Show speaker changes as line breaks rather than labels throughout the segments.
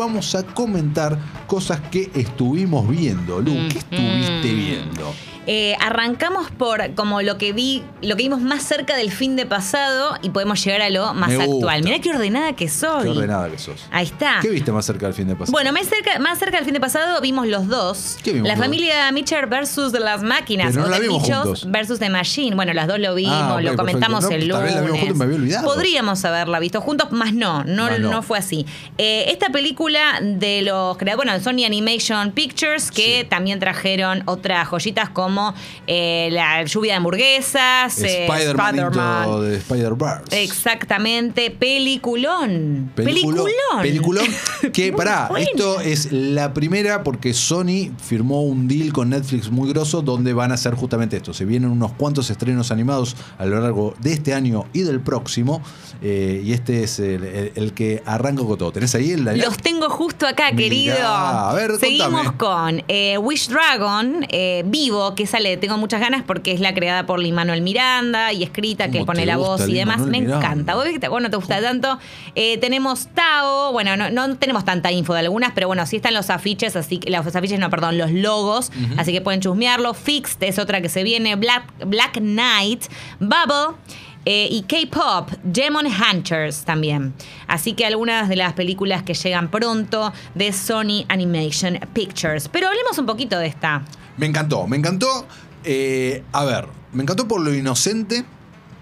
Vamos a comentar cosas que estuvimos viendo. Lu, ¿qué estuviste
Mm.
viendo?
Eh, arrancamos por como lo que vi, lo que vimos más cerca del fin de pasado y podemos llegar a lo más
Me gusta.
actual. Mirá qué ordenada que soy.
Qué ordenada que sos.
Ahí está.
¿Qué viste más cerca del fin de pasado?
Ah. Bueno, más cerca, más cerca del fin de pasado vimos los dos.
¿Qué vimos
la
los
familia Mitchell versus las máquinas.
Pero no
o
la
The
vimos
Mitchells
juntos.
versus The Machine. Bueno, las dos lo vimos,
Ah, ok,
lo
perfecto.
comentamos
No,
el lunes.
tal vez la vimos juntos y me había olvidado.
Podríamos haberla visto juntos, más no, no,
Más no.
no. fue así. Eh, esta película de los creadores, bueno, de Sony Animation Pictures, que
Sí.
también trajeron otras joyitas como eh, la lluvia de hamburguesas, eh,
Spider-Man into
Spider-Man.
de Spider-Verse.
Exactamente, peliculón.
Peliculón.
Peliculón.
Peliculón. Que
Muy
pará,
buena.
esto es la primera porque Sony firmó un deal con Netflix muy grosso donde van a hacer justamente esto. Se vienen unos cuantos estrenos animados a lo largo de este año y del próximo. eh, y este es el, el- el que arranco con todo. ¿Tenés ahí el line-up?
Los tengo justo acá,
Mirá,
querido.
a ver,
Seguimos
contame.
con eh, Wish Dragon, eh, vivo, que sale, tengo muchas ganas porque es la creada por Lin Manuel Miranda y escrita, que
¿Cómo
pone
te
la
gusta
voz y
Lin
demás.
Manuel
Me
Miranda?
encanta. Vos viste, vos no te gusta tanto. Eh, tenemos Tao, bueno, no, no tenemos tanta info de algunas, pero bueno, sí están los afiches, así que, los afiches, no, perdón, los logos, así que pueden chusmearlo. Fixed es otra que se viene, Black, Black Knight, Bubble. eh, y K-pop, Demon Hunters también. Así que algunas de las películas que llegan pronto de Sony Animation Pictures. Pero hablemos un poquito de esta.
Me encantó, me encantó. eh, a ver, me encantó por lo inocente,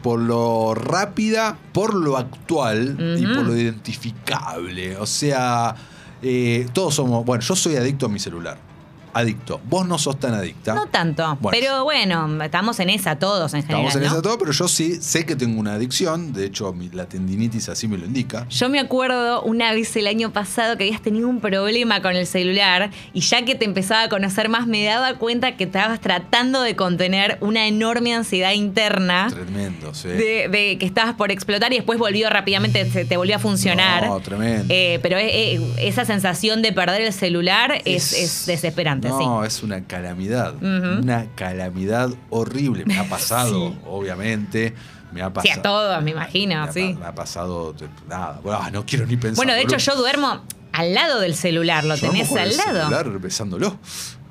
por lo rápida, por lo actual y por lo identificable. O sea, eh, todos somos. Bueno, yo soy adicto a mi celular. Adicto. Vos no sos tan adicta.
No tanto,
Bueno.
pero bueno, estamos en esa todos en general.
Estamos en
¿no?
esa todo, pero yo sí sé que tengo una adicción. De hecho, mi- la tendinitis así me lo indica.
Yo me acuerdo una vez el año pasado que habías tenido un problema con el celular y ya que te empezaba a conocer más me daba cuenta que estabas tratando de contener una enorme ansiedad interna
Tremendo, sí.
Ah. de, de que estabas por explotar y después volvió rápidamente, se te volvió a funcionar.
No, tremendo.
Eh, pero eh, eh, esa sensación de perder el celular es, es desesperante,
no,
sí.
es una calamidad.
Ujú.
Una calamidad horrible. Me ha pasado, obviamente. Me ha pasado.
Sí, a todos, me imagino,
me ha,
sí.
pa- Me ha pasado de- nada. Bueno, ah, no quiero ni pensar.
Bueno, de hecho
boludo.
yo duermo al lado del celular, lo
Yo duermo
tenés
con
al
el
lado.
celular besándolo.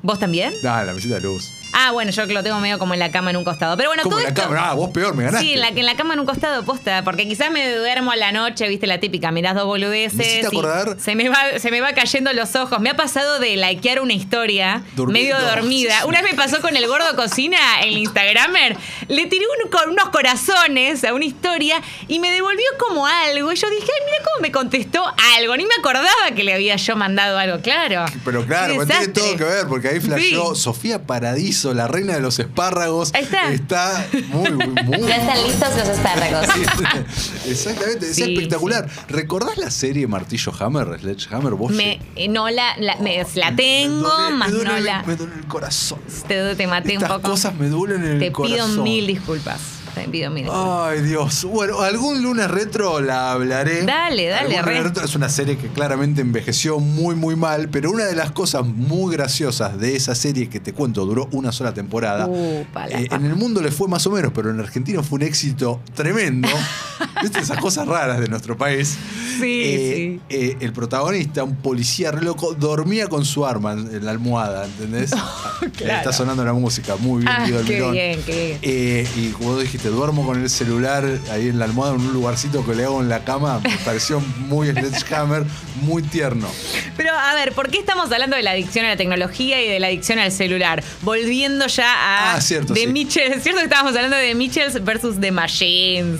¿Vos también?
Ah, la mesita de luz.
Ah, bueno, yo que lo tengo medio como en la cama en un costado. Pero bueno,
Como
todo
la
esto-
cámara. Ah, vos peor me ganaste.
Sí, en la, en la cama en un costado posta, porque quizás me duermo a la noche, viste la típica, mirás dos boludeces.
Me hiciste
y
acordar-
Se me, va, se me va cayendo los ojos. Me ha pasado de likear una historia
Durmiendo.
medio dormida. Una vez me pasó con el gordo cocina, el Instagramer. Le tiré un co- unos corazones a una historia y me devolvió como algo. Y yo dije, ay, mira cómo me contestó algo. Ni me acordaba que le había yo mandado algo, claro.
Pero claro,
Qué
bueno, tiene
desastre.
todo que ver, porque ahí flasheó
Sí.
Sofía Paradiso, la reina de los espárragos.
Ahí está.
Está muy, muy, muy.
listos los espárragos.
Sí, Exactamente, es
Sí,
espectacular. ¿Recordás la serie Martillo Hammer, Sledgehammer? Vos
Me, eh, no la, la- me- la
Me
tengo,
duele-
más
me duele,
no
el-
la.
Me duele el corazón.
Te, te maté
Estas
un poco.
cosas me duelen en
te
el
pido
corazón. Ah.
mil disculpas. Te pido mil disculpas.
Ay, Dios. Bueno, algún lunes retro la hablaré.
Dale, dale,
Algún lunes
re.
retro es una serie que claramente envejeció muy, muy mal, pero una de las cosas muy graciosas de esa serie que te cuento, duró una sola temporada.
Upa, la
eh,
pa.
en el mundo le fue más o menos, pero en Argentina fue un éxito tremendo. ¿Viste esas cosas raras de nuestro país?
Sí,
Eh,
sí.
eh, el protagonista, un policía re loco, dormía con su arma en en la almohada, ¿entendés? Ah,
Claro.
Está sonando la música, muy bien,
Ah,
Guido
qué
Almirón.
bien, qué bien.
Eh, y como dijiste, duermo con el celular ahí en la almohada, en un lugarcito que le hago en la cama, me pareció muy sledgehammer, muy tierno.
Pero a ver, ¿por qué estamos hablando de la adicción a la tecnología y de la adicción al celular? Volviendo ya a.
Ah, cierto,
De
sí.
Mitchell. Cierto que estábamos hablando de Mitchells versus The Machines.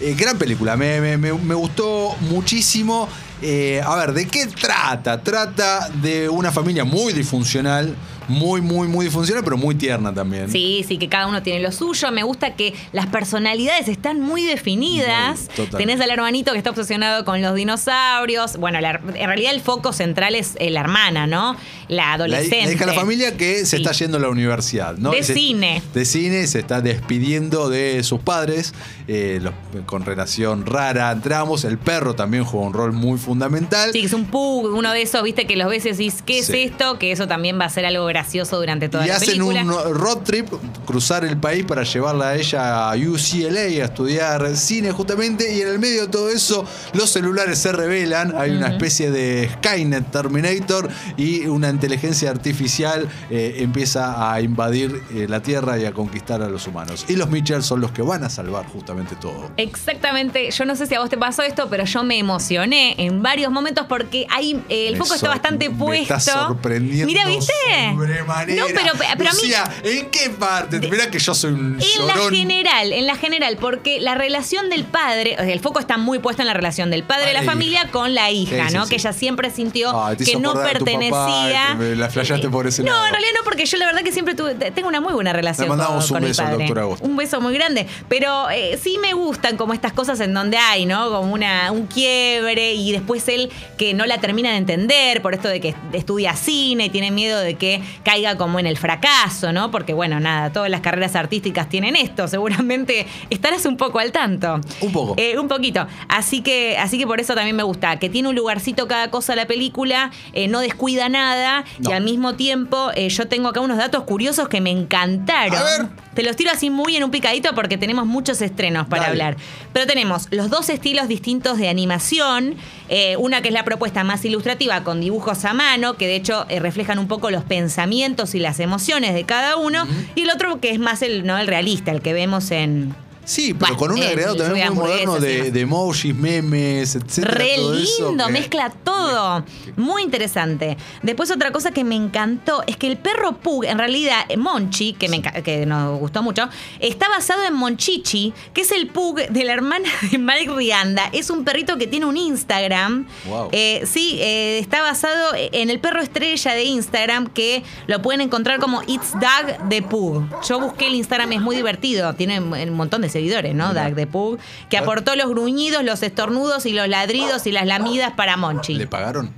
Eh, gran película, me, me- me- me gustó muchísimo. Eh, a ver, ¿de qué trata? Trata de una familia muy disfuncional, muy, muy, muy disfuncional, pero muy tierna también.
Sí, sí, que cada uno tiene lo suyo. Me gusta que las personalidades están muy definidas.
Muy, total.
Tenés al hermanito que está obsesionado con los dinosaurios. Bueno, la- en realidad el foco central es eh, la hermana, ¿no? La
La, hi-
adolescente.
la hija de la familia que se
Sí.
está yendo a la universidad, ¿no?
De
Y se-
cine.
De cine, se está despidiendo de sus padres, eh, los- con relación rara entramos. El perro también juega un rol muy fundamental.
Sí, que es un pug, uno de esos, viste, que los veces decís, ¿qué es
Sí.
esto? Que eso también va a ser algo gracioso durante toda
Y
la
hacen
película.
un road trip, cruzar el país para llevarla a ella a UCLA a estudiar cine justamente. Y en el medio de todo eso, los celulares se revelan. Hay una especie de Skynet Terminator y una inteligencia artificial eh, empieza a invadir eh, la Tierra y a conquistar a los humanos. Y los Mitchell son los que van a salvar justamente todo.
Exactamente, yo no sé si a vos te pasó esto, pero yo me emocioné en varios momentos porque ahí eh, el
Me
foco está
sor-
bastante
me
puesto.
Está sorprendiendo.
Mira, ¿viste?
sobremanera.
No, pero, pero a mí
Lucía, ¿en qué parte? Mira que yo soy un
En la
llorón.
general, en la general, porque la relación del padre, o sea, el foco está muy puesto en la relación del padre de la
Padre e
familia con la hija,
Sí, sí,
¿no?
sí.
Que ella siempre sintió
Ay, te
que
hizo
no
acordar a tu papá,
pertenecía.
y te- me la flasheaste por ese
no,
lado.
en realidad no, porque yo la verdad que siempre tuve- te- tengo una muy buena relación
Le mandamos
con,
un
con
beso
mi
al
padre.
doctor Agosto.
Un beso muy grande. Pero eh, sí me gustan como estas cosas en donde hay, ¿no? Como una, un quiebre y después él que no la termina de entender por esto de que estudia cine y tiene miedo de que caiga como en el fracaso, ¿no? Porque bueno, nada, todas las carreras artísticas tienen esto. Seguramente estarás un poco al tanto.
Un poco.
Eh, un poquito. Así que, así que por eso también me gusta, que tiene un lugarcito cada cosa la película, eh, no descuida nada
No.
y al mismo tiempo eh, yo tengo acá unos datos curiosos que me encantaron.
A ver.
Te los tiro así muy en un picadito porque tenemos muchos estrenos para
Dale.
hablar. Pero tenemos los dos estilos distintos de animación, eh, una que es la propuesta más ilustrativa con dibujos a mano, que de hecho eh, reflejan un poco los pensamientos y las emociones de cada uno, y el otro que es más el, ¿no? el realista, el que vemos en...
Sí, pero
Bueno,
con un
el
agregado también
Julián
muy moderno
Burgués,
de,
sí.
de emojis, memes, etc.
Re lindo, mezcla todo. Muy interesante. Después otra cosa que me encantó es que el perro Pug, en realidad eh, Monchi, que, me enca- que nos gustó mucho, está basado en Monchichi, que es el Pug de la hermana de Mike Rianda. Es un perrito que tiene un Instagram.
Wow.
Eh, sí, eh, está basado en el perro estrella de Instagram, que lo pueden encontrar como It's Doug de Pug. Yo busqué el Instagram, es muy divertido. Tiene un montón de seguidores, ¿no? Doug de Pug, que aportó los gruñidos, los estornudos y los ladridos y las lamidas para Monchi.
¿Le pagaron?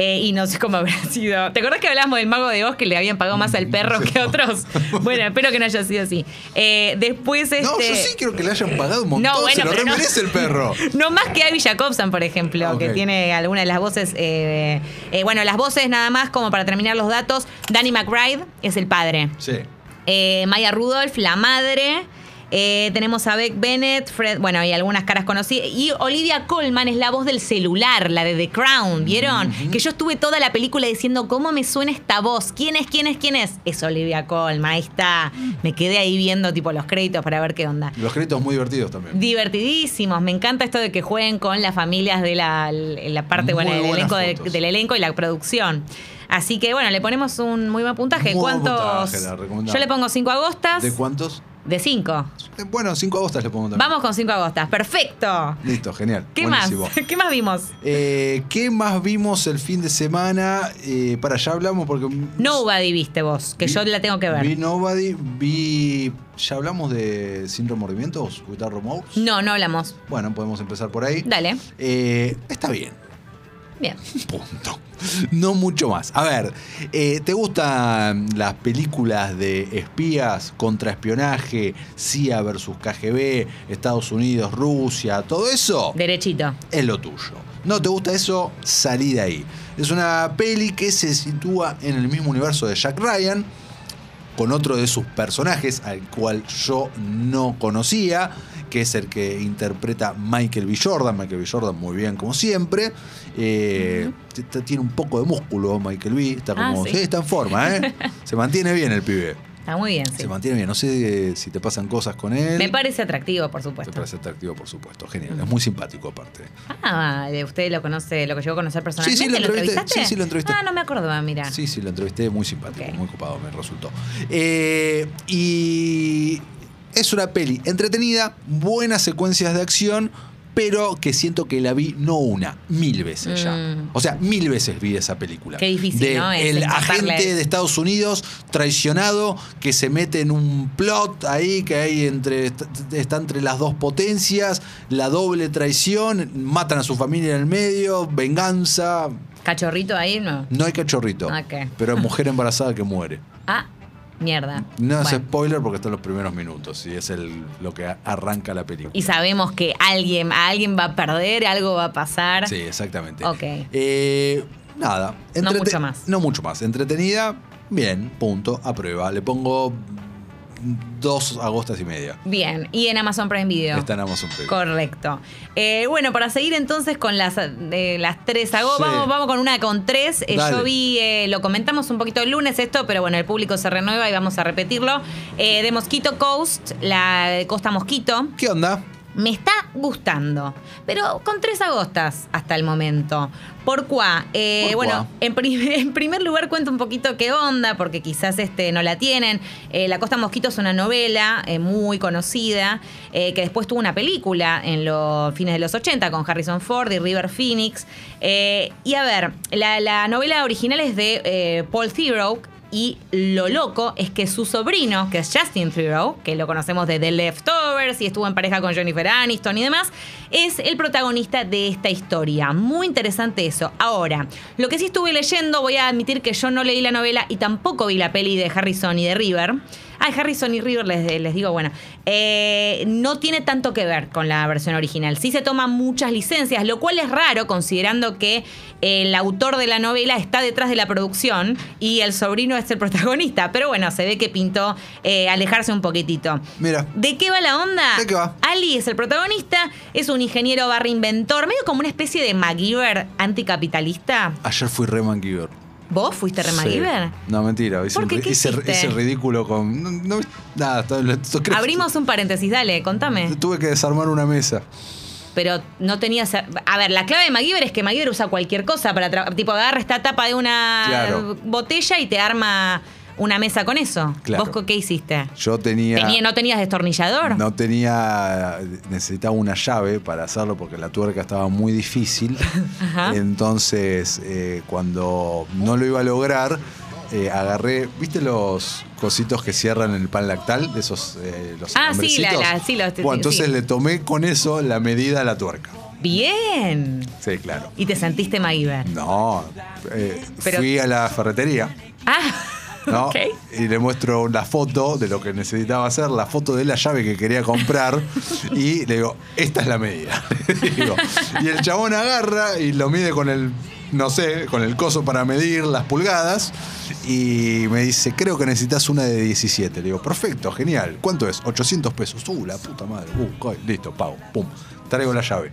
Eh, y no sé cómo habrá sido. ¿Te acordás que hablamos del mago de Oz que le habían pagado
Mm,
más al perro que a otros? Bueno, espero que no haya sido así. Eh, después este.
No, yo sí creo que le hayan pagado un montón.
No, bueno,
Se lo
pero
re
no.
merece el perro.
No más que Abby Jacobson, por ejemplo,
Ah, Ok.
que tiene alguna de las voces. eh, eh, bueno, las voces nada más, como para terminar los datos. Danny McBride es el padre.
Sí.
Eh, Maya Rudolph, la madre. Eh, tenemos a Beck Bennett, Fred, bueno, y algunas caras conocidas. Y Olivia Colman es la voz del celular, la de The Crown, ¿vieron? Que yo estuve toda la película diciendo, ¿cómo me suena esta voz? ¿Quién es, quién es, quién es? Es Olivia Colman, ahí está. Me quedé ahí viendo tipo los créditos para ver qué onda.
Los créditos muy divertidos también.
Divertidísimos, me encanta esto de que jueguen con las familias de la, la parte,
Muy
bueno, del
buenas
elenco, de-
fotos.
del elenco y la producción. Así que bueno, le ponemos un muy buen puntaje.
Muy buen
¿Cuántos?
puntaje, la recomendamos.
Yo le pongo 5 agostas.
¿De cuántos?
De 5.
Eh, Bueno, cinco agostas le pongo también.
Vamos con 5 agostas. Perfecto.
Listo, genial.
¿Qué
Buenísimo.
más? ¿Qué más vimos?
Eh, ¿Qué más vimos el fin de semana? Eh, para allá hablamos porque.
Nobody viste vos, que
Vi-
yo la tengo que
Vi
ver.
Nobody, vi. ¿Ya hablamos de Sin Remordimientos? ¿Without Remorse?
No, no hablamos.
Bueno, podemos empezar por ahí.
Dale.
Eh, está bien.
Bien.
Punto. No mucho más. A ver, eh, ¿te gustan las películas de espías, contraespionaje, CIA versus KGB, Estados Unidos, Rusia, todo eso?
Derechito.
es lo tuyo. No te gusta eso, salí de ahí. Es una peli que se sitúa en el mismo universo de Jack Ryan, con otro de sus personajes, al cual yo no conocía, que es el que interpreta Michael B. Jordan. Michael B. Jordan muy bien, como siempre. Eh, t- t- Tiene un poco de músculo Michael B. Está,
Ah,
como,
sí.
sí, está en forma, ¿eh? se mantiene bien el pibe.
Está muy bien, sí.
Se mantiene bien. No sé si te pasan cosas con él.
Me parece atractivo, por
Te
supuesto.
parece atractivo, por supuesto. Genial. Es muy simpático, aparte.
Ah, vale, usted lo conoce, lo que llegó a conocer personalmente.
Sí, sí, lo entrevisté.
entrevistaste?
Sí, sí, lo entrevisté.
Ah, no me acordaba, mira.
Sí, sí, lo entrevisté, muy simpático,
Ok.
muy copado me resultó. Eh, y es una peli entretenida, buenas secuencias de acción, pero que siento que la vi no una, mil veces ya.
Mm.
O sea, mil veces vi esa película.
Qué difícil,
De
¿no? Es
el
escaparle.
agente de Estados Unidos traicionado que se mete en un plot ahí que hay entre est- está entre las dos potencias, la doble traición, matan a su familia en el medio, venganza,
Cachorrito ahí, no.
no hay cachorrito.
Ok.
Pero es mujer embarazada que muere.
Ah, mierda.
No es
Bueno.
spoiler porque está en los primeros minutos y es el, lo que a- arranca la película.
Y sabemos que alguien, a alguien va a perder, algo va a pasar.
Sí, exactamente.
Ok.
Eh, nada.
No
Entrete-
mucho más.
No mucho más. Entretenida, Bien, punto, a prueba. Le pongo dos agostas y media.
Bien, y en Amazon Prime Video.
Está en Amazon Prime.
Correcto. Eh, bueno, para seguir entonces con las, eh, las tres hago,
Sí.
vamos, vamos con una con tres. Eh,
Dale.
yo vi, eh, lo comentamos un poquito el lunes esto, pero bueno, el público se renueva y vamos a repetirlo. Eh, de Mosquito Coast, la de Costa Mosquito,
¿Qué onda?
me está gustando, pero con tres agostas hasta el momento. ¿Por cuá? Eh,
¿Por
bueno,
cuá?
en, pri- en primer lugar cuento un poquito qué onda, porque quizás este, no la tienen. Eh, la Costa Mosquito es una novela eh, muy conocida, eh, que después tuvo una película en los fines de los 80 con Harrison Ford y River Phoenix. Eh, y a ver, la, la novela original es de eh, Paul Theroux, y lo loco es que su sobrino, que es Justin Theroux, que lo conocemos de The Leftovers y estuvo en pareja con Jennifer Aniston y demás, es el protagonista de esta historia. Muy interesante eso. Ahora, lo que sí estuve leyendo, voy a admitir que yo no leí la novela y tampoco vi la peli de Harrison y de River. Ay, Harrison y River, les, les digo, bueno, eh, no tiene tanto que ver con la versión original. Sí se toman muchas licencias, lo cual es raro considerando que el autor de la novela está detrás de la producción y el sobrino es el protagonista. Pero bueno, se ve que pintó eh, alejarse un poquitito.
Mira.
¿De qué va la onda?
¿De qué va?
Ali es el protagonista, es un ingeniero barra inventor, medio como una especie de MacGyver anticapitalista.
Ayer fui re MacGyver.
¿Vos fuiste re
Sí.
MacGyver?
No, mentira. Hice,
¿Por
un
qué?
ri-
¿Qué
hice-
hiciste?
hice ridículo con. no- no- nada, todo lo- todo- creo-
Abrimos un paréntesis, dale, contame.
Tuve que desarmar una mesa.
pero no tenía... cer- A ver, la clave de MacGyver es que MacGyver usa cualquier cosa para... tra- Tipo, agarra esta tapa de una
Claro.
botella y te arma una mesa con eso.
Claro.
¿Vos co- qué hiciste?
Yo tenía.
Tenía- ¿No tenías destornillador?
No tenía. Necesitaba una llave para hacerlo porque la tuerca estaba muy difícil.
Ajá.
Entonces, eh, cuando no lo iba a lograr, eh, agarré. ¿Viste los cositos que cierran el pan lactal? De esos. eh, los
Ah, sí, la-
alambrecitos?
la- sí, los-
Bueno, entonces
sí.
le tomé con eso la medida a la tuerca.
Bien.
Sí, claro.
Y te sentiste MacGyver.
No, eh,
Pero-
fui a la ferretería.
Ah,
¿no?
ok.
Y le muestro la foto de lo que necesitaba hacer, la foto de la llave que quería comprar. y le digo, esta es la medida. Le digo. Y el chabón agarra y lo mide con el, no sé, con el coso para medir las pulgadas. Y me dice, creo que necesitas una de 17. Le digo, perfecto, genial. ¿Cuánto es? 800 pesos. Uh, la puta madre. Uh, coi, listo, pago. Pum. Traigo la llave.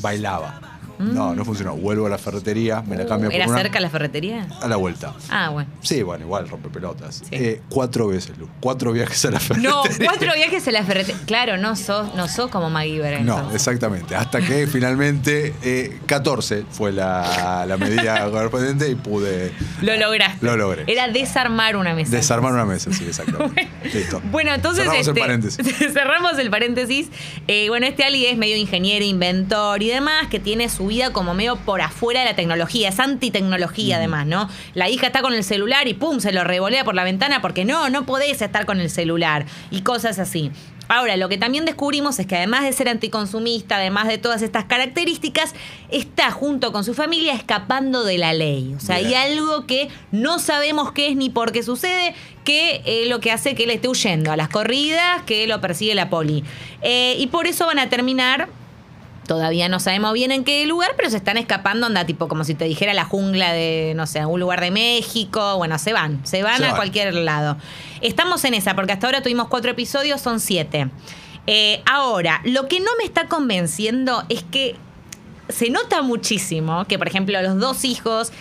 Bailaba. No, no funcionó. Vuelvo a la ferretería, me la cambio
Mm. Uh, ¿Era
por una-
cerca la ferretería?
a la vuelta.
Ah, bueno.
Sí, bueno, igual, rompe pelotas.
Sí.
Eh, cuatro veces, Lu. Cuatro viajes a la ferretería.
No, cuatro viajes a la ferretería. Claro, no sos, no sos como MacGyver
No,
entonces.
exactamente. Hasta que finalmente eh, 14 fue la, la medida correspondiente y pude
Lo lograste.
Lo logré.
Era desarmar una mesa.
desarmar una mesa. Sí, exactamente. Listo.
Bueno, entonces.
Cerramos el
este,
paréntesis.
cerramos el paréntesis. Eh, bueno, este Ali es medio ingeniero, inventor y demás, que tiene su vida como medio por afuera de la tecnología. Es antitecnología, además, ¿no? La hija está con el celular y pum, se lo revolea por la ventana porque no, no podés estar con el celular. Y cosas así. Ahora, lo que también descubrimos es que además de ser anticonsumista, además de todas estas características, está junto con su familia escapando de la ley. O sea, hay
Bien.
algo que no sabemos qué es ni por qué sucede, que eh, lo que hace que él esté huyendo a las corridas, que lo persigue la poli. Eh, y por eso van a terminar, todavía no sabemos bien en qué lugar, pero se están escapando, onda tipo como si te dijera la jungla de, no sé, algún lugar de México. Bueno, se van, se van
Se
a
van.
cualquier lado. Estamos en esa, porque hasta ahora tuvimos cuatro episodios, son siete. Eh, ahora, lo que no me está convenciendo es que se nota muchísimo que, por ejemplo, los dos hijos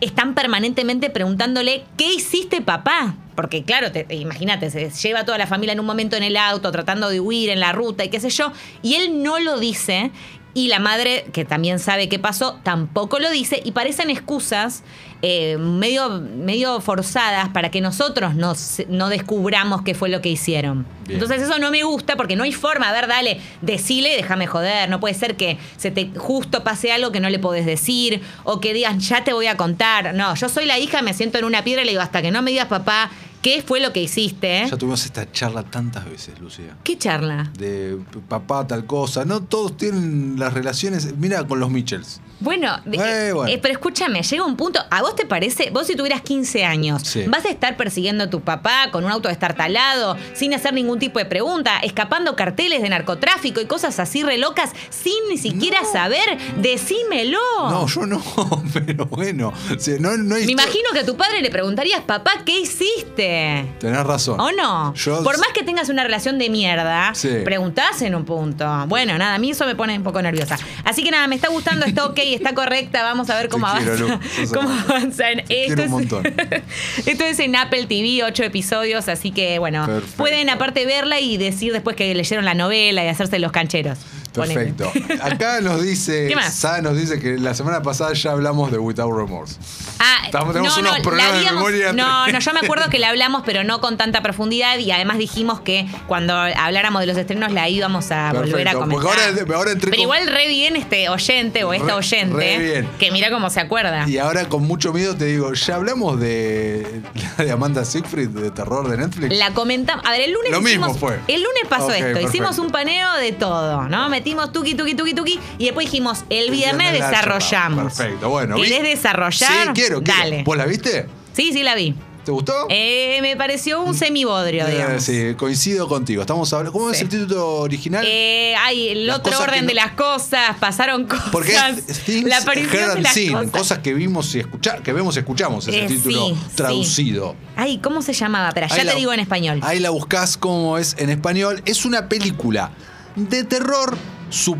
están permanentemente preguntándole, ¿qué hiciste papá? Porque claro, te- imagínate, se lleva a toda la familia en un momento en el auto, tratando de huir en la ruta y qué sé yo, y él no lo dice, y la madre, que también sabe qué pasó, tampoco lo dice, y parecen excusas eh, medio, medio forzadas para que nosotros nos- no descubramos qué fue lo que hicieron.
Bien.
Entonces eso no me gusta porque no hay forma, a ver, dale, decile y déjame joder, no puede ser que se te justo pase algo que no le podés decir o que digan, ya te voy a contar, no, yo soy la hija, me siento en una piedra y le digo, hasta que no me digas papá ¿Qué fue lo que hiciste? eh?
Ya tuvimos esta charla tantas veces, Lucía.
¿Qué charla?
De p- papá, tal cosa. No todos tienen las relaciones. Mira con los Mitchells.
Bueno, de-
Eh,
eh,
bueno.
eh, pero escúchame, llega un punto, ¿a vos te parece, vos si tuvieras 15 años,
Sí.
vas a estar persiguiendo a tu papá con un auto destartalado, sin hacer ningún tipo de pregunta, escapando carteles de narcotráfico y cosas así re locas, sin ni siquiera
No.
saber? Decímelo.
No, yo no, pero bueno. O sea, no, no hay
Me imagino que a tu padre le preguntarías, papá, ¿qué hiciste?
Tenés razón.
¿O no?
Yo-
Por más que tengas una relación de mierda,
Sí.
preguntás en un punto. Bueno, nada, a mí eso me pone un poco nerviosa. Así que nada, me está gustando, está ok, está correcta. Vamos a ver
Te
cómo
quiero,
avanza.
Lu, sos
Cómo
hermosa.
avanza en
Te
esto.
quiero un
es-
montón.
esto es en Apple TV, ocho episodios. Así que bueno,
Perfecto.
pueden aparte verla y decir después que leyeron la novela y hacerse los cancheros. Ponele.
Perfecto. Acá nos dice.
¿Qué más?
Sa nos dice que la semana pasada ya hablamos de Without Remorse.
Ah,
Estamos- tenemos unos
la
problemas de
habíamos-
memoria.
No, no, yo me acuerdo que la hablamos, pero no con tanta profundidad. Y además dijimos que cuando habláramos de los estrenos la íbamos a volver a
Perfecto, porque
comentar.
ahora- ahora entré con-
pero igual re bien este oyente o
Re-
esta oyente.
re bien.
Que mira cómo se acuerda.
Y ahora con mucho miedo te digo, ya hablamos de la de Amanda Siegfried de terror de Netflix.
La comentamos. A ver, el lunes
Lo mismo
hicimos-
fue.
El lunes pasó
Ok,
esto.
perfecto.
Hicimos un paneo de todo, ¿no? Metimos tuki, tuki, tuki, tuki. Y después dijimos, el viernes
Viernes la
desarrollamos.
charla. Perfecto, bueno.
¿Querés
vi-
desarrollar?
Sí, quiero, quiero.
Dale.
¿Vos la viste?
Sí, sí, la vi.
¿Te gustó?
Eh, me pareció un semibodrio,
Eh,
digamos.
sí, coincido contigo. Estamos hablando. ¿Cómo es
Sí.
el título original?
Eh, ay, el
Ah. Las
otro
cosas que
orden de
no-
las cosas, pasaron cosas.
Porque es Things
la aparición
Heard
de
and
las
Seen,
cosas.
cosas que vimos y escuchar, que vemos y escuchamos, es
Eh,
el título
sí,
traducido.
Ay, ¿cómo se llamaba? Pero ya
Ahí
te
la-
digo en español.
Ahí la buscas como es en español. Es una película de terror,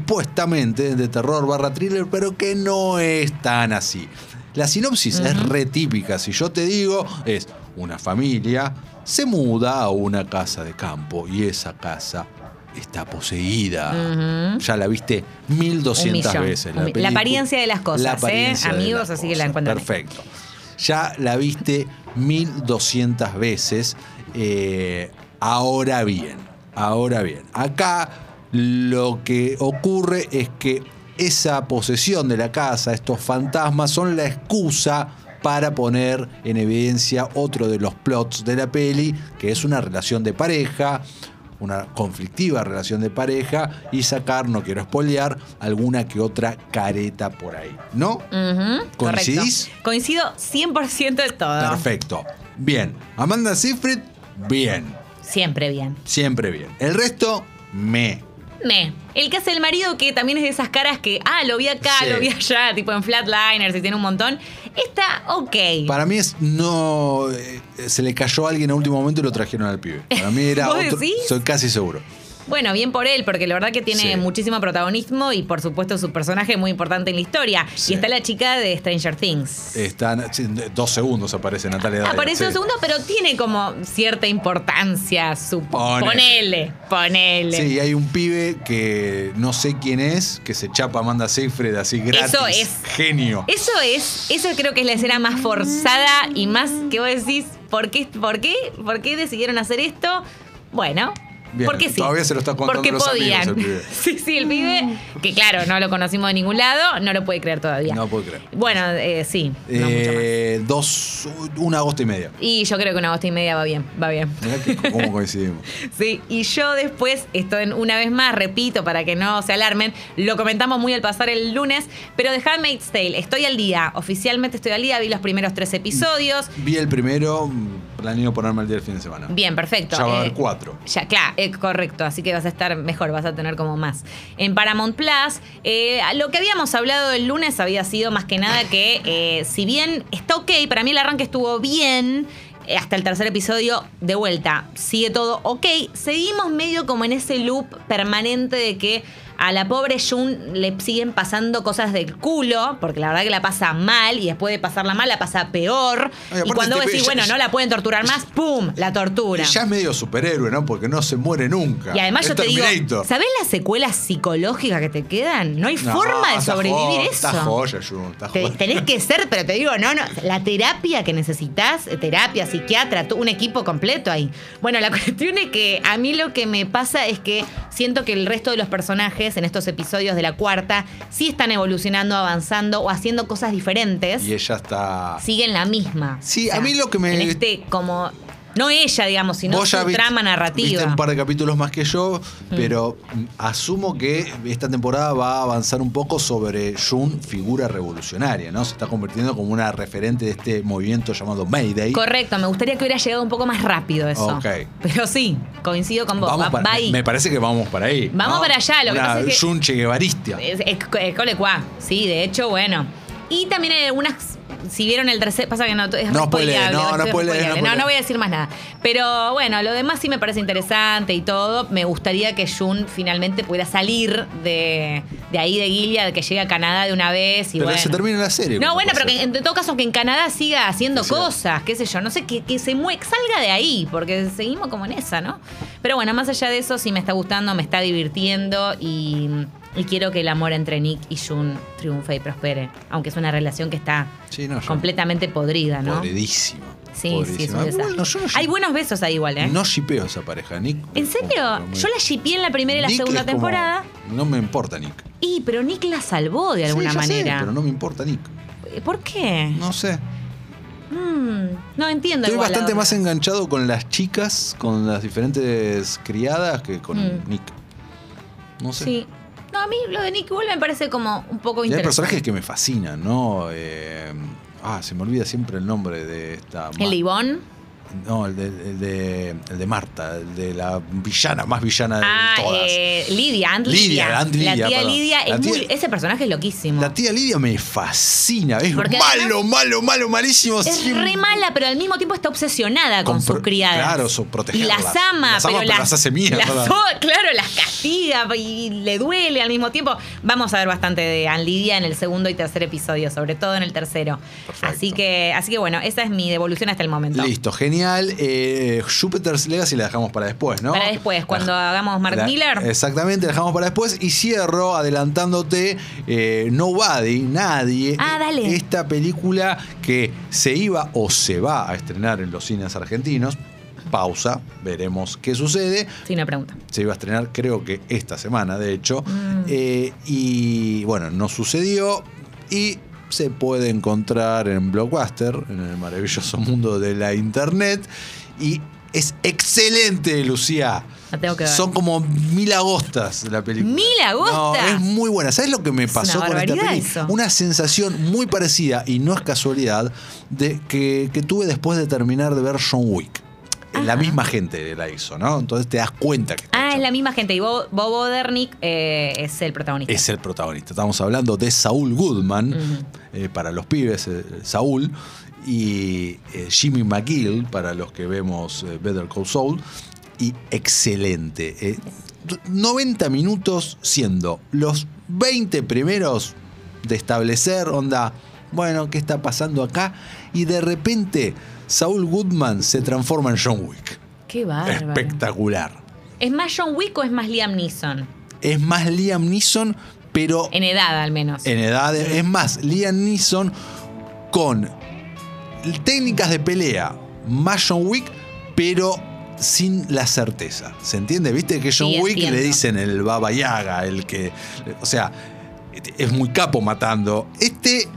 supuestamente, de terror barra thriller, pero que no es tan así. La sinopsis es retípica. Si yo te digo, es una familia se muda a una casa de campo y esa casa está poseída.
Ujú.
Ya la viste
Un
1200
millón.
veces.
Un mi-
película.
apariencia de las cosas,
La
¿eh?
apariencia de
Amigos,
las
así que la
cosas.
encuentran ahí.
Perfecto. Ya la viste 1200 veces. Eh, ahora bien, ahora bien. Acá lo que ocurre es que esa posesión de la casa, estos fantasmas, son la excusa para poner en evidencia otro de los plots de la peli, que es una relación de pareja, una conflictiva relación de pareja, y sacar, no quiero spoilear, alguna que otra careta por ahí, ¿no?
Mm. Ujú, correcto.
¿Coincidís?
Coincido 100% de todo.
Perfecto. Bien. Amanda Seyfried, bien.
Siempre bien.
Siempre bien. El resto, me.
Me. El que hace el marido, que también es de esas caras que, ah, lo vi acá,
Sí.
lo vi allá, tipo en Flatliners y tiene un montón. Está ok.
Para mí es no. eh, se le cayó a alguien a último momento y lo trajeron al pibe. Para mí era
¿Vos
otro.
decís?
Soy casi seguro.
Bueno, bien por él, porque la verdad que tiene
Sí.
muchísimo protagonismo y por supuesto su personaje muy importante en la historia.
Sí.
Y está la chica de Stranger Things.
Están. sí, Dos segundos aparece Natalia Dyer,
Aparece un
sí.
segundo, pero tiene como cierta importancia. Su...
Ponele.
Ponele, ponele.
Sí, y hay un pibe que no sé quién es, que se chapa a Amanda Seyfried así gratis.
Eso es.
Genio.
Eso es, eso creo que es la escena más forzada y más que vos decís, ¿por qué, por qué, por qué decidieron hacer esto? Bueno,
Bien,
porque sí.
todavía se lo está contando
Porque
a los amigos,
podían.
el pibe.
sí, sí, el pibe, que claro, no lo conocimos de ningún lado, no lo puede creer todavía.
No puedo creer.
Bueno, eh, sí, no mucho más.
Eh, dos. Una agosto y media.
Y yo creo que una agosto y media va bien, va bien.
Mirá que, cómo coincidimos.
Sí, y yo después, esto en- una vez más, repito para que no se alarmen, lo comentamos muy al pasar el lunes, pero de Handmaid's Tale, estoy al día, oficialmente estoy al día, vi los primeros tres episodios.
Vi el primero, mm, planeo ponerme el día del fin de semana.
Bien, perfecto.
Ya va a haber
Eh,
cuatro.
Ya, claro, eh, correcto. Así que vas a estar mejor, vas a tener como más. En Paramount Plus, eh, lo que habíamos hablado el lunes había sido más que nada que, eh, si bien está ok, para mí el arranque estuvo bien. eh, Hasta el tercer episodio, de vuelta, sigue todo ok. Seguimos medio como en ese loop permanente de que a la pobre Jun le siguen pasando cosas del culo, porque la verdad que la pasa mal y después de pasarla mal la pasa peor.
Ay, aparte
y
este
cuando
te-
vos decís,
ya-
bueno, no la pueden torturar más, ¡pum! La tortura.
Y ya es medio superhéroe, ¿no? Porque no se muere nunca.
Y además
Es
yo te digo,
Terminator.
¿sabés las secuelas psicológicas que te quedan? No hay
No,
forma de
está
sobrevivir
jo-
eso.
Está joya, Jun, está
Te-
joya.
tenés que ser, pero te digo, no, no. La terapia que necesitas, eh, terapia, psiquiatra, tú- un equipo completo ahí. Bueno, la cuestión es que a mí lo que me pasa es que siento que el resto de los personajes en estos episodios de la cuarta sí están evolucionando, avanzando o haciendo cosas diferentes.
Y ella está.
Siguen la misma.
Sí, a mí lo que me-
En este como No ella, digamos, sino
Vos ya
su
viste-
trama
Viste
narrativa. Mm.
un par de capítulos más que yo, pero mm, asumo que esta temporada va a avanzar un poco sobre Jun, figura revolucionaria, ¿no? Se está convirtiendo como una referente de este movimiento llamado Mayday.
Correcto, me gustaría que hubiera llegado un poco más rápido eso.
Ok.
Pero sí, coincido con vos.
Vamos
va-
para-
va ahí.
Me parece que vamos para ahí.
Vamos para allá, lo que
Una
pasa es que- Eh,
Jun Che Guevaristia.
Es, es- es colecuá, sí, de hecho, bueno. Y también hay algunas. Si vieron el tercer. Pasa que no. Es
No
re
spoile,
spoileable,
no,
esto
no
es
spoile, no
spoileable. no,
spoile.
no voy a decir más nada. Pero bueno, lo demás sí me parece interesante y todo. Me gustaría que Jun finalmente pudiera salir de, de ahí de Gilead, que llegue a Canadá de una vez. Y
Pero
bueno.
se termina la serie.
No,
como
bueno,
puede
pero que,
ser.
en en todo caso que en Canadá siga haciendo
Sí, sí.
cosas, qué sé yo, no sé, que, que se mue que salga de ahí, porque seguimos como en esa, ¿no? Pero bueno, más allá de eso, sí me está gustando, me está divirtiendo y, y quiero que el amor entre Nick y Jun triunfe y prospere, aunque es una relación que está
Sí, no, yo-
completamente podrida, ¿no?
Podridísimo.
Sí, sí, es
podridísimo.
un
Ah,
desastre.
bueno, yo no
Hay
ship-
buenos besos ahí igual, ¿eh?
No shipeo esa pareja, Nick.
¿En serio?
como-
Yo la shipeé en la primera y la
Nick
segunda
es como-
temporada.
No me importa, Nick.
Y, pero Nick la salvó de alguna
Sí, ya sé,
manera.
pero no me importa, Nick.
¿Por qué?
No sé.
Mm, no entiendo.
Estoy
igual la
bastante
otra.
más enganchado con las chicas, con las diferentes criadas, que con
Mm.
Nick. No sé.
Sí. No, a mí lo de Nick Bull me parece como un poco
Y hay
interesante.
personajes que me fascinan, ¿no? Eh, ah, se me olvida siempre el nombre de esta.
El
Ma-
de Ivonne.
No, el de, el de, el de Marta, el de la villana, más villana de
Ah,
todas.
eh, Lidia, Aunt
Lidia,
Lidia.
Aunt Lidia,
La tía
perdón.
Lidia, es
La tía-
muy- ese personaje es loquísimo.
La tía Lidia me fascina. Es
Porque
malo, malo, malo, malísimo.
es
siempre.
re mala, pero al mismo tiempo está obsesionada con,
Con
sus
pro-
criadas.
claro, su-
Y
protegerlas.
las ama,
Las ama, pero las hace mierda.
las o- claro, las castiga y le duele al mismo tiempo. Vamos a ver bastante de Ann Lidia en el segundo y tercer episodio, sobre todo en el tercero.
Perfecto.
Así que, así que bueno, esa es mi devolución hasta el momento.
Listo, genial. Eh, Jupiter's Legacy la dejamos para después, ¿no?
Para después, cuando
La-
hagamos Mark
la-
Miller.
Exactamente, la dejamos para después. Y cierro adelantándote eh, Nobody, Nadie.
Ah, dale.
Esta película que se iba o se va a estrenar en los cines argentinos. Pausa, veremos qué sucede.
Sí, una pregunta.
se iba a estrenar creo que esta semana, de hecho. Eh, y bueno, no sucedió y se puede encontrar en Blockbuster, en el maravilloso mundo de la internet. Y es excelente, Lucía.
La tengo que ver.
Son como mil agostas la película.
¿Mil agostas?
No, es muy buena. ¿Sabes lo que me
Es
pasó
una
con esta
barbaridad
peli?
eso.
Una sensación muy parecida, y no es casualidad, de que, que tuve después de terminar de ver John Wick. La misma gente la hizo, ¿no? Entonces te das cuenta que está
Ah,
hecho.
es la misma gente. Y Bob, Bob Odernick eh, es el protagonista.
es el protagonista. Estamos hablando de Saúl Goodman,
Ujú.
eh, para los pibes, eh, Saúl, y eh, Jimmy McGill, para los que vemos eh, Better Call Saul, y excelente. Eh, t- 90 minutos siendo los 20 primeros de establecer, onda, bueno, ¿qué está pasando acá? Y de repente Saúl Goodman se transforma en John Wick.
Qué bárbaro.
Espectacular.
¿Es más John Wick o es más Liam Neeson?
Es más Liam Neeson, pero
En edad, al menos.
en edad. Es más, Liam Neeson con técnicas de pelea más John Wick, pero sin la certeza. ¿Se entiende? ¿Viste que John
Sí,
Wick
entiendo.
le dicen el Baba Yaga, el que. O sea, es muy capo matando. Este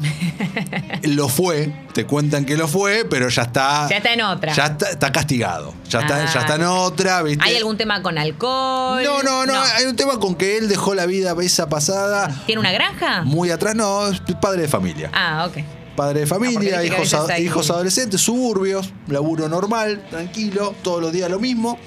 lo fue, te cuentan que lo fue, pero ya está.
Ya está en otra.
Ya está, está castigado. Ya está,
Ah.
ya está en otra, ¿viste?
¿Hay algún tema con alcohol?
no, no, eh. no, Hay un tema con que él dejó la vida esa pasada.
¿Tiene una granja?
Muy atrás, no, es padre de familia.
Ah, ok.
Padre de
porque
familia,
viste que a
hijos,
veces hay-
hijos adolescentes, suburbios, laburo normal, tranquilo, todos los días lo mismo,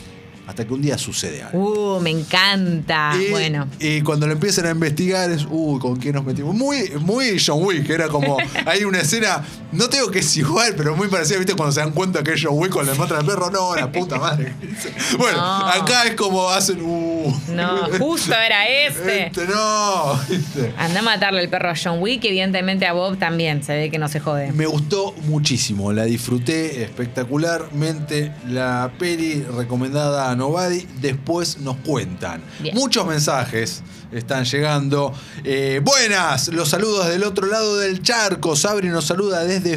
hasta que un día sucede algo.
Uh, me encanta.
y,
Ah, bueno.
y cuando lo empiezan a investigar es, uy, ¿con quién nos metimos? Muy, muy John Wick, era como, hay una escena, no tengo que es igual, pero muy parecida, ¿viste? Cuando se dan cuenta que es John Wick cuando le matan al perro, no, la puta madre. Bueno,
No.
acá es como hacen, uh.
No, justo era este.
Este no. Este.
Anda a matarle el perro a John Wick, evidentemente a Bob también. Se ve que no se jode.
Me gustó muchísimo, la disfruté espectacularmente. La peli recomendada a Nobody. Después nos cuentan.
Bien.
Muchos mensajes están llegando. Eh, buenas, los saludos del otro lado del charco. Sabri nos saluda desde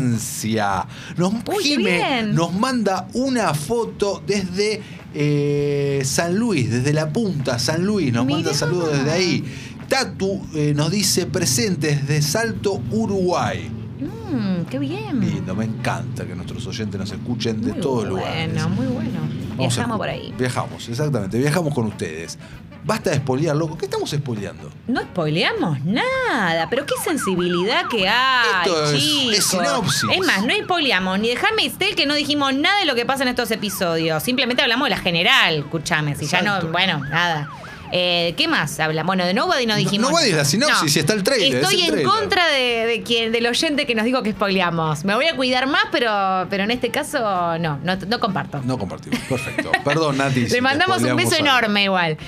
Francia. Nos,
qué bien.
nos manda una foto desde eh, San Luis, desde la punta San Luis. Nos manda
Mirá.
saludos desde ahí. Tatu eh, nos dice presentes de Salto, Uruguay.
Mm, qué bien.
Lindo, me encanta que nuestros oyentes nos escuchen de
Muy
todos
bueno,
lugares.
muy bueno.
Vamos a
Viajamos
escu-
por ahí.
Viajamos, exactamente. Viajamos con ustedes. Basta de espolear, loco. ¿Qué estamos espoleando?
No spoileamos nada, pero qué sensibilidad que hay,
Esto es-
chicos.
es sinopsis.
Es más, no spoileamos ni dejame Estel que no dijimos nada de lo que pasa en estos episodios. Simplemente hablamos de la general, escúchame, si ya
Exacto.
no, bueno, nada. Eh, ¿Qué más hablamos? Bueno, de Nobody no dijimos.
Nobody es la sinopsis, y está el trailer, es
Estoy
el
en
trailer.
contra de, de quien, del oyente que nos dijo que spoileamos. Me voy a cuidar más, pero, pero en este caso no, no, no comparto.
No compartimos. Perfecto. Perdón, Nati. si
Le
te
mandamos un
espoleamos
beso
algo.
enorme igual.